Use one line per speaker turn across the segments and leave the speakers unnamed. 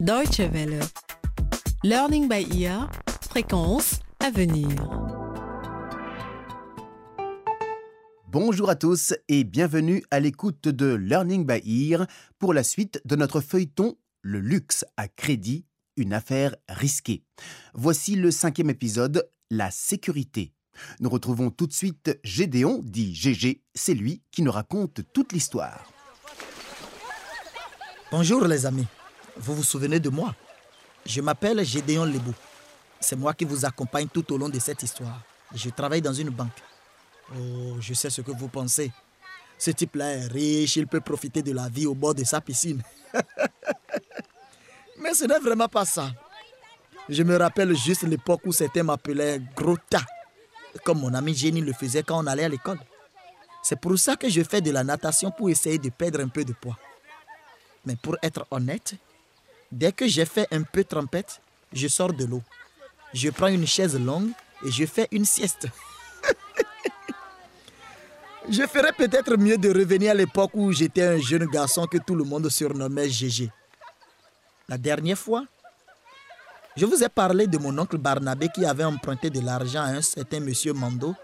Deutsche Welle. Learning by ear, fréquence à venir.
Bonjour à tous et bienvenue à l'écoute de Learning by Ear pour la suite de notre feuilleton Le luxe à crédit, une affaire risquée. Voici le cinquième épisode, La sécurité. Nous retrouvons tout de suite Gédéon, dit GG, c'est lui qui nous raconte toute l'histoire.
Bonjour les amis, vous vous souvenez de moi Je m'appelle Gédéon Lebou. C'est moi qui vous accompagne tout au long de cette histoire. Je travaille dans une banque. Oh, je sais ce que vous pensez. Ce type-là est riche, il peut profiter de la vie au bord de sa piscine. Mais ce n'est vraiment pas ça. Je me rappelle juste l'époque où certains m'appelaient Grota, comme mon ami Jenny le faisait quand on allait à l'école. C'est pour ça que je fais de la natation pour essayer de perdre un peu de poids. Mais pour être honnête, dès que j'ai fait un peu trempette, je sors de l'eau. Je prends une chaise longue et je fais une sieste. je ferais peut-être mieux de revenir à l'époque où j'étais un jeune garçon que tout le monde surnommait GG. La dernière fois, je vous ai parlé de mon oncle Barnabé qui avait emprunté de l'argent à un certain monsieur Mando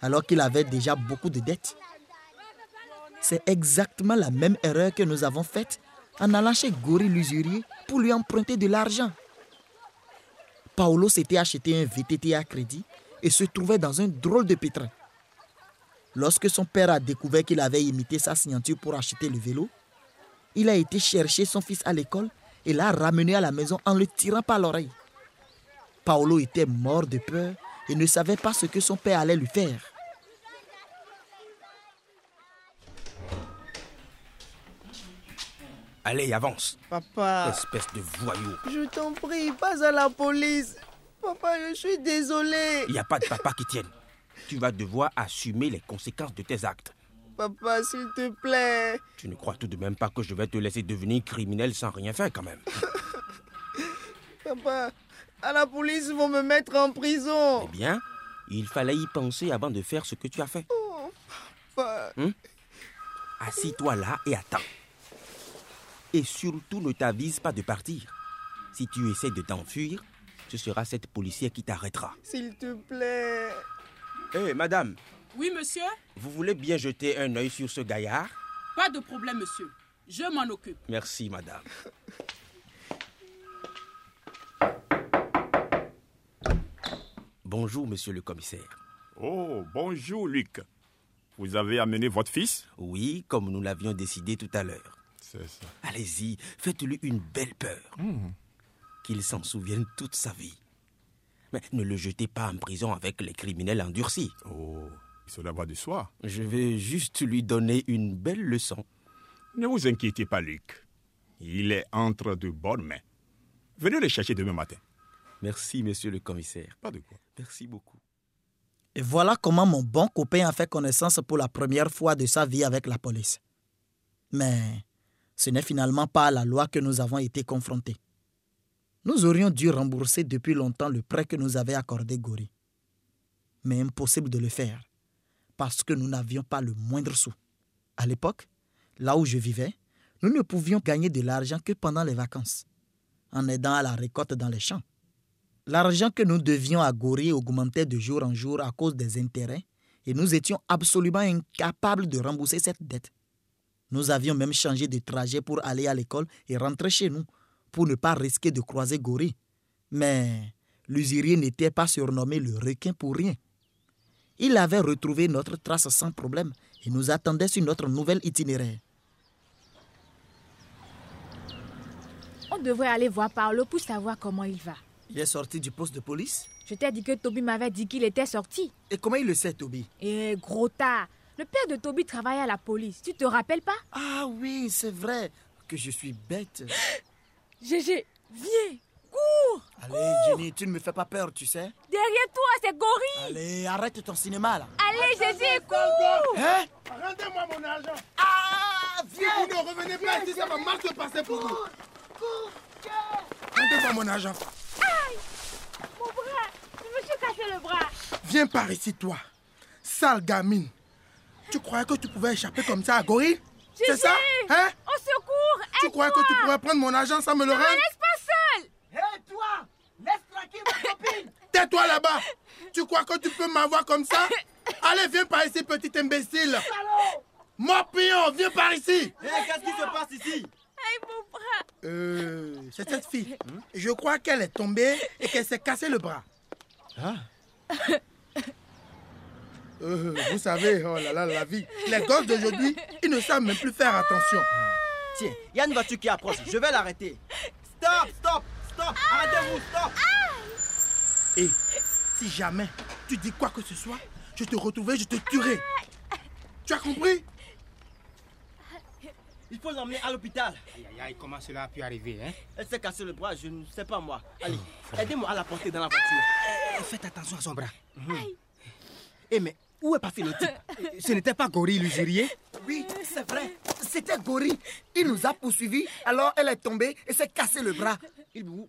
alors qu'il avait déjà beaucoup de dettes. C'est exactement la même erreur que nous avons faite en allant chez Gori l'usurier pour lui emprunter de l'argent. Paolo s'était acheté un VTT à crédit et se trouvait dans un drôle de pétrin. Lorsque son père a découvert qu'il avait imité sa signature pour acheter le vélo, il a été chercher son fils à l'école et l'a ramené à la maison en le tirant par l'oreille. Paolo était mort de peur et ne savait pas ce que son père allait lui faire.
Allez, avance.
Papa,
Espèce de voyou.
je t'en prie, pas à la police. Papa, je suis désolé.
Il n'y a pas de papa qui tienne. Tu vas devoir assumer les conséquences de tes actes.
Papa, s'il te plaît.
Tu ne crois tout de même pas que je vais te laisser devenir criminel sans rien faire quand même.
Papa, à la police, ils vont me mettre en
Eh
prison.
bien, il fallait y penser avant de faire ce que tu as fait.
Papa,
Assis-toi là et attends. Et surtout ne t'avise pas de partir. Si tu essaies de t'enfuir, ce sera cette policière qui t'arrêtera.
s'il te plaît.
Hé, madame,
Oui, monsieur
vous voulez bien jeter un œil sur ce gaillard
Pas de problème, monsieur. Je m'en occupe.
Merci, madame. Bonjour, monsieur le commissaire.
Oh, bonjour Luc. Vous avez amené votre fils
Oui, comme nous l'avions décidé tout à l'heure.
C'est ça.
Allez-y, faites-lui une belle peur. Qu'il s'en souvienne toute sa vie. Mais ne le jetez pas en prison avec les criminels endurcis.
Oh, cela va de soi.
Je vais juste lui donner une belle leçon.
Ne vous inquiétez pas Luc. Il est entre de bonnes mains. Venez le chercher demain matin.
Merci, monsieur le commissaire.
Pas de quoi.
Merci beaucoup.
Et voilà comment mon bon copain a fait connaissance pour la première fois de sa vie avec la police. Mais ce n'est finalement pas à la loi que nous avons été confrontés. Nous aurions dû rembourser depuis longtemps le prêt que nous avait accordé Gori. Mais impossible de le faire, parce que nous n'avions pas le moindre sou. À l'époque, là où je vivais, nous ne pouvions gagner de l'argent que pendant les vacances, en aidant à la récolte dans les champs. L'argent que nous devions à Gori augmentait de jour en jour à cause des intérêts et nous étions absolument incapables de rembourser cette dette. Nous avions même changé de trajet pour aller à l'école et rentrer chez nous pour ne pas risquer de croiser Gori. Mais l'usurier n'était pas surnommé le requin pour rien. Il avait retrouvé notre trace sans problème et nous attendait sur notre nouvel itinéraire.
On devrait aller voir Paolo pour savoir comment il va.
Il est sorti du poste de police
Je t'ai dit que Toby m'avait dit qu'il était sorti.
Et comment il le sait, Toby
Et gros tard. Le père de Toby travaillait à la police. Tu te rappelles pas
Ah oui, c'est vrai que je suis bête.
Gégé, viens.
Allez, Jenny, tu ne me fais pas peur, tu sais.
Derrière toi, c'est Gorille.
Allez, arrête ton cinéma là.
Allez, Gégé, cours.
Hein
Rendez-moi mon argent
Ah, viens
Vous ne revenez pas ici, ça va mal se passer pour vous Rendez-moi mon argent
Mon bras. Je me suis cassé le bras.
Viens par ici, toi Sale gamine Tu croyais que tu pouvais échapper comme ça à Gorille C'est ça Hein
Au secours.
Tu croyais que tu pouvais prendre mon argent sans me le rendre
Laisse pas ça.
Tais-toi là-bas. Tu crois que tu peux m'avoir comme ça Allez, viens par ici, petit imbécile. Morpion, viens par ici.
Eh, qu'est-ce qui se passe ici
Euh, c'est cette fille. Je crois qu'elle est tombée et qu'elle s'est cassé le bras.
Ah.
Euh, vous savez, oh là là, la vie. Les gosses d'aujourd'hui, ils ne savent même plus faire attention.
Tiens, il y a une voiture qui approche. Je vais l'arrêter. Stop, stop, stop. Arrêtez-vous, stop.
Et si jamais tu dis quoi que ce soit, je te retrouverai, je te tuerai. Tu as compris
Il faut l'emmener à l'hôpital.
Aïe, aïe, aïe, comment cela a pu arriver, hein
Elle s'est cassé le bras, je ne sais pas moi. Allez, aidez-moi à la porter dans la voiture.
Ah
Mhm.
Eh, Faites attention à son bras.
Eh mais, où est passé le type
Eh, Ce n'était pas Gorille l'usurier
Oui, c'est vrai. C'était Gori. Il nous a poursuivis, alors elle est tombée et s'est cassé le bras.
Il vous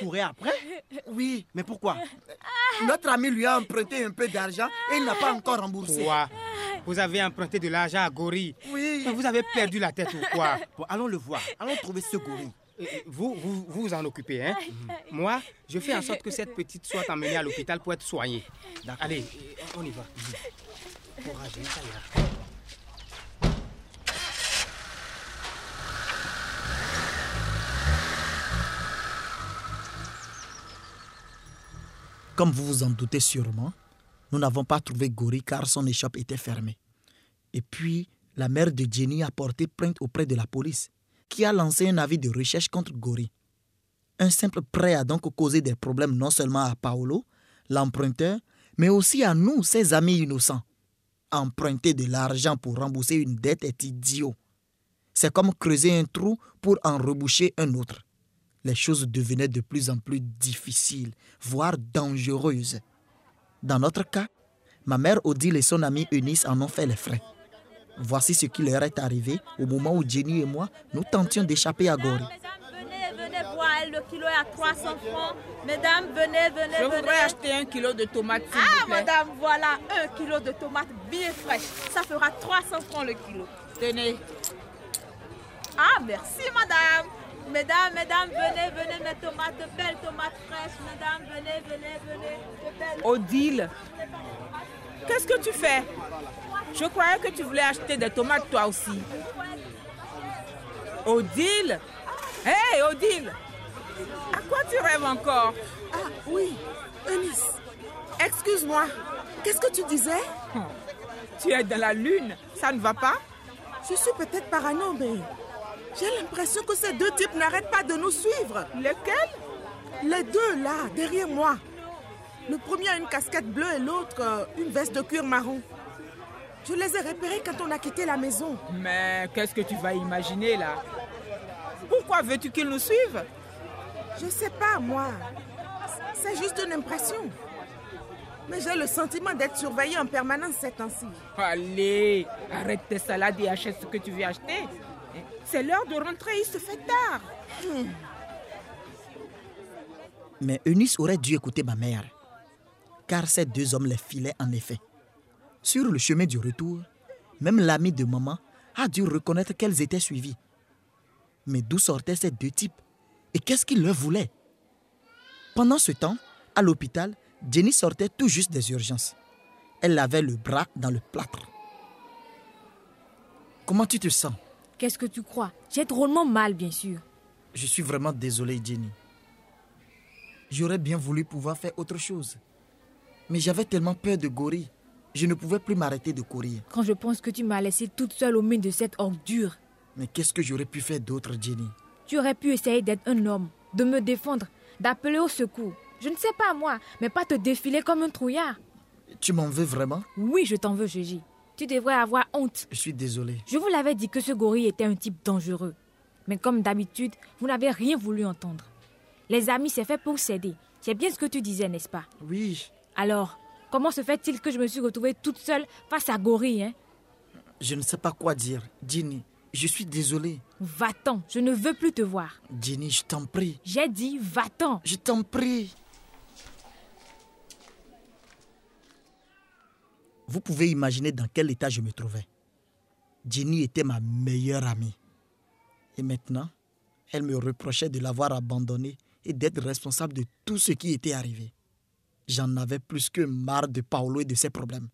courait après
Oui, Ah.
Mais pourquoi
notre ami lui a emprunté un peu d'argent et il n'a pas encore remboursé.
Quoi Vous avez emprunté de l'argent à Gorille
Oui,
Mais Vous avez perdu la tête ou quoi
Bon, allons le voir. Allons trouver ce gorille.
Eh, eh, vous, vous vous vous en occupez, hein Moi, je fais en sorte que cette petite soit emmenée à l'hôpital pour être soignée. Allez, eh, on y va. Courage, hein, ça ira.
Comme vous vous en doutez sûrement, nous n'avons pas trouvé Gori car son échoppe était fermée. Et puis, la mère de Jenny a porté plainte auprès de la police, qui a lancé un avis de recherche contre Gori. Un simple prêt a donc causé des problèmes non seulement à Paolo, l'emprunteur, mais aussi à nous, ses amis innocents. Emprunter de l'argent pour rembourser une dette est idiot. C'est comme creuser un trou pour en reboucher un autre les choses devenaient de plus en plus difficiles, voire dangereuses. Dans notre cas, ma mère Odile et son amie Eunice en ont fait les frais. Voici ce qui leur est arrivé au moment où Jenny et moi, nous tentions d'échapper à Gori.
Venez, venez voir, elle, le kilo est à 300 francs. Mesdames, venez, venez,
Je
venez.
voudrais acheter un kilo de tomates, s'il
Ah,
vous plaît.
madame, voilà un kilo de tomates bien fraîches. Ça fera 300 francs le kilo.
Tenez,
Ah, merci, madame. Mesdames, mesdames, venez, venez, mes tomates, de belles tomates fraîches. Mesdames, venez, venez, venez. de belles-
Odile, qu'est-ce que tu fais Je croyais que tu voulais acheter des tomates toi aussi. Odile Hé, Odile À quoi tu rêves encore
Ah oui, Eunice. Excuse-moi. Qu'est-ce que tu disais
Tu es dans la lune, ça ne va pas
Je suis peut-être parano, mais j'ai l'impression que ces deux types n'arrêtent pas de nous suivre.
Lequel
Les deux là, derrière moi. Le premier a une casquette bleue et l'autre euh, une veste de cuir marron. Je les ai repérés quand on a quitté la maison.
Mais qu'est-ce que tu vas imaginer là Pourquoi veux-tu qu'ils nous suivent
Je sais pas, moi. C'est juste une impression. Mais j'ai le sentiment d'être surveillée en permanence ces temps-ci.
Allez, arrête tes salades et achète ce que tu veux acheter. C'est l'heure de rentrer, il se fait tard.
Mais Eunice aurait dû écouter ma mère, car ces deux hommes les filaient en effet. Sur le chemin du retour, même l'ami de maman a dû reconnaître qu'elles étaient suivies. Mais d'où sortaient ces deux types et qu'est-ce qu'ils leur voulaient Pendant ce temps, à l'hôpital, Jenny sortait tout juste des urgences. Elle avait le bras dans le plâtre. Comment tu te sens
Qu'est-ce que tu crois J'ai drôlement mal, bien sûr.
Je suis vraiment désolé, Jenny. J'aurais bien voulu pouvoir faire autre chose. Mais j'avais tellement peur de Gori, je ne pouvais plus m'arrêter de courir.
Quand je pense que tu m'as laissée toute seule aux mains de cette ordure,
Mais qu'est-ce que j'aurais pu faire d'autre, Jenny
tu aurais pu essayer d'être un homme, de me défendre, d'appeler au secours. Je ne sais pas moi, mais pas te défiler comme un trouillard.
Tu m'en veux vraiment
Oui, je t'en veux, Gigi. Tu devrais avoir honte.
Je suis désolé.
Je vous l'avais dit que ce gorille était un type dangereux. Mais comme d'habitude, vous n'avez rien voulu entendre. Les amis, c'est fait pour s'aider. C'est bien ce que tu disais, n'est-ce pas
Oui,
Alors, comment se fait-il que je me suis retrouvée toute seule face à gorille, hein
je ne sais pas quoi dire. Jenny, je suis désolé.
Va-t'en, je ne veux plus te voir.
Jenny, je t'en prie.
J'ai dit, va-t'en.
Je t'en prie. Vous pouvez imaginer dans quel état je me trouvais. Jenny était ma meilleure amie. Et maintenant, elle me reprochait de l'avoir abandonnée et d'être responsable de tout ce qui était arrivé. J'en avais plus que marre de Paolo et de ses problèmes.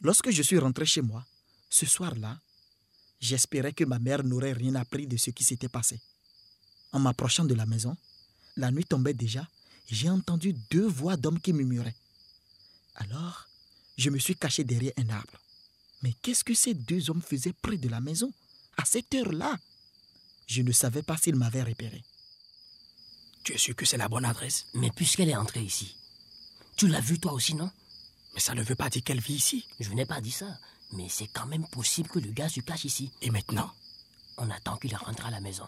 Lorsque je suis rentré chez moi, ce soir-là, j'espérais que ma mère n'aurait rien appris de ce qui s'était passé. En m'approchant de la maison, la nuit tombait déjà et j'ai entendu deux voix d'hommes qui murmuraient. Alors, je me suis caché derrière un arbre. Mais qu'est-ce que ces deux hommes faisaient près de la maison, à cette heure-là Je ne savais pas s'ils m'avaient repéré.
Tu es sûr que c'est la bonne adresse
Mais puisqu'elle est entrée ici, tu l'as vue toi aussi, non
Mais ça ne veut pas dire qu'elle vit ici.
Je n'ai pas dit ça, mais c'est quand même possible que le gars se cache ici.
Et maintenant
On attend qu'il rentre à la maison.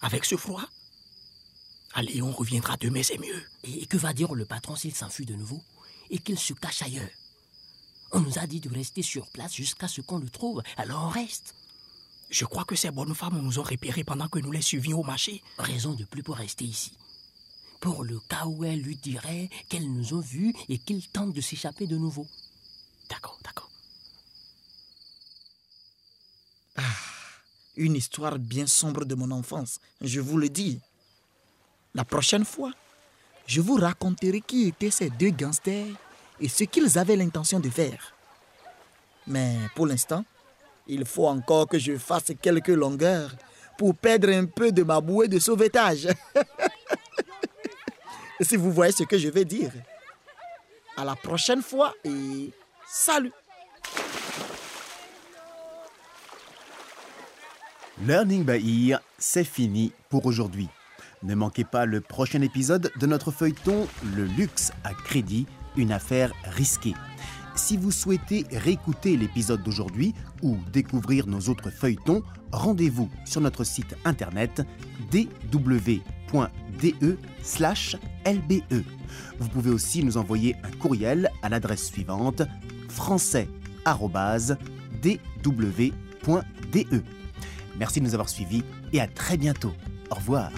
Avec ce froid Allez, on reviendra demain, c'est mieux.
Et que va dire le patron s'il s'enfuit de nouveau et qu'il se cache ailleurs On nous a dit de rester sur place jusqu'à ce qu'on le trouve, alors on reste.
Je crois que ces bonnes femmes nous ont repérés pendant que nous les suivions au marché.
Raison de plus pour rester ici. Pour le cas où elle lui dirait qu'elles nous ont vus et qu'il tente de s'échapper de nouveau.
D'accord, d'accord.
Ah, une histoire bien sombre de mon enfance, je vous le dis. La prochaine fois, je vous raconterai qui étaient ces deux gangsters et ce qu'ils avaient l'intention de faire. Mais pour l'instant, il faut encore que je fasse quelques longueurs pour perdre un peu de ma bouée de sauvetage. si vous voyez ce que je vais dire. À la prochaine fois et salut.
Learning by Ear, c'est fini pour aujourd'hui. Ne manquez pas le prochain épisode de notre feuilleton Le luxe à crédit, une affaire risquée. Si vous souhaitez réécouter l'épisode d'aujourd'hui ou découvrir nos autres feuilletons, rendez-vous sur notre site internet e dw.de/lbe. e. Vous pouvez aussi nous envoyer un courriel à l'adresse suivante e. français@dw.de. Merci de nous avoir suivis et à très bientôt. Au revoir.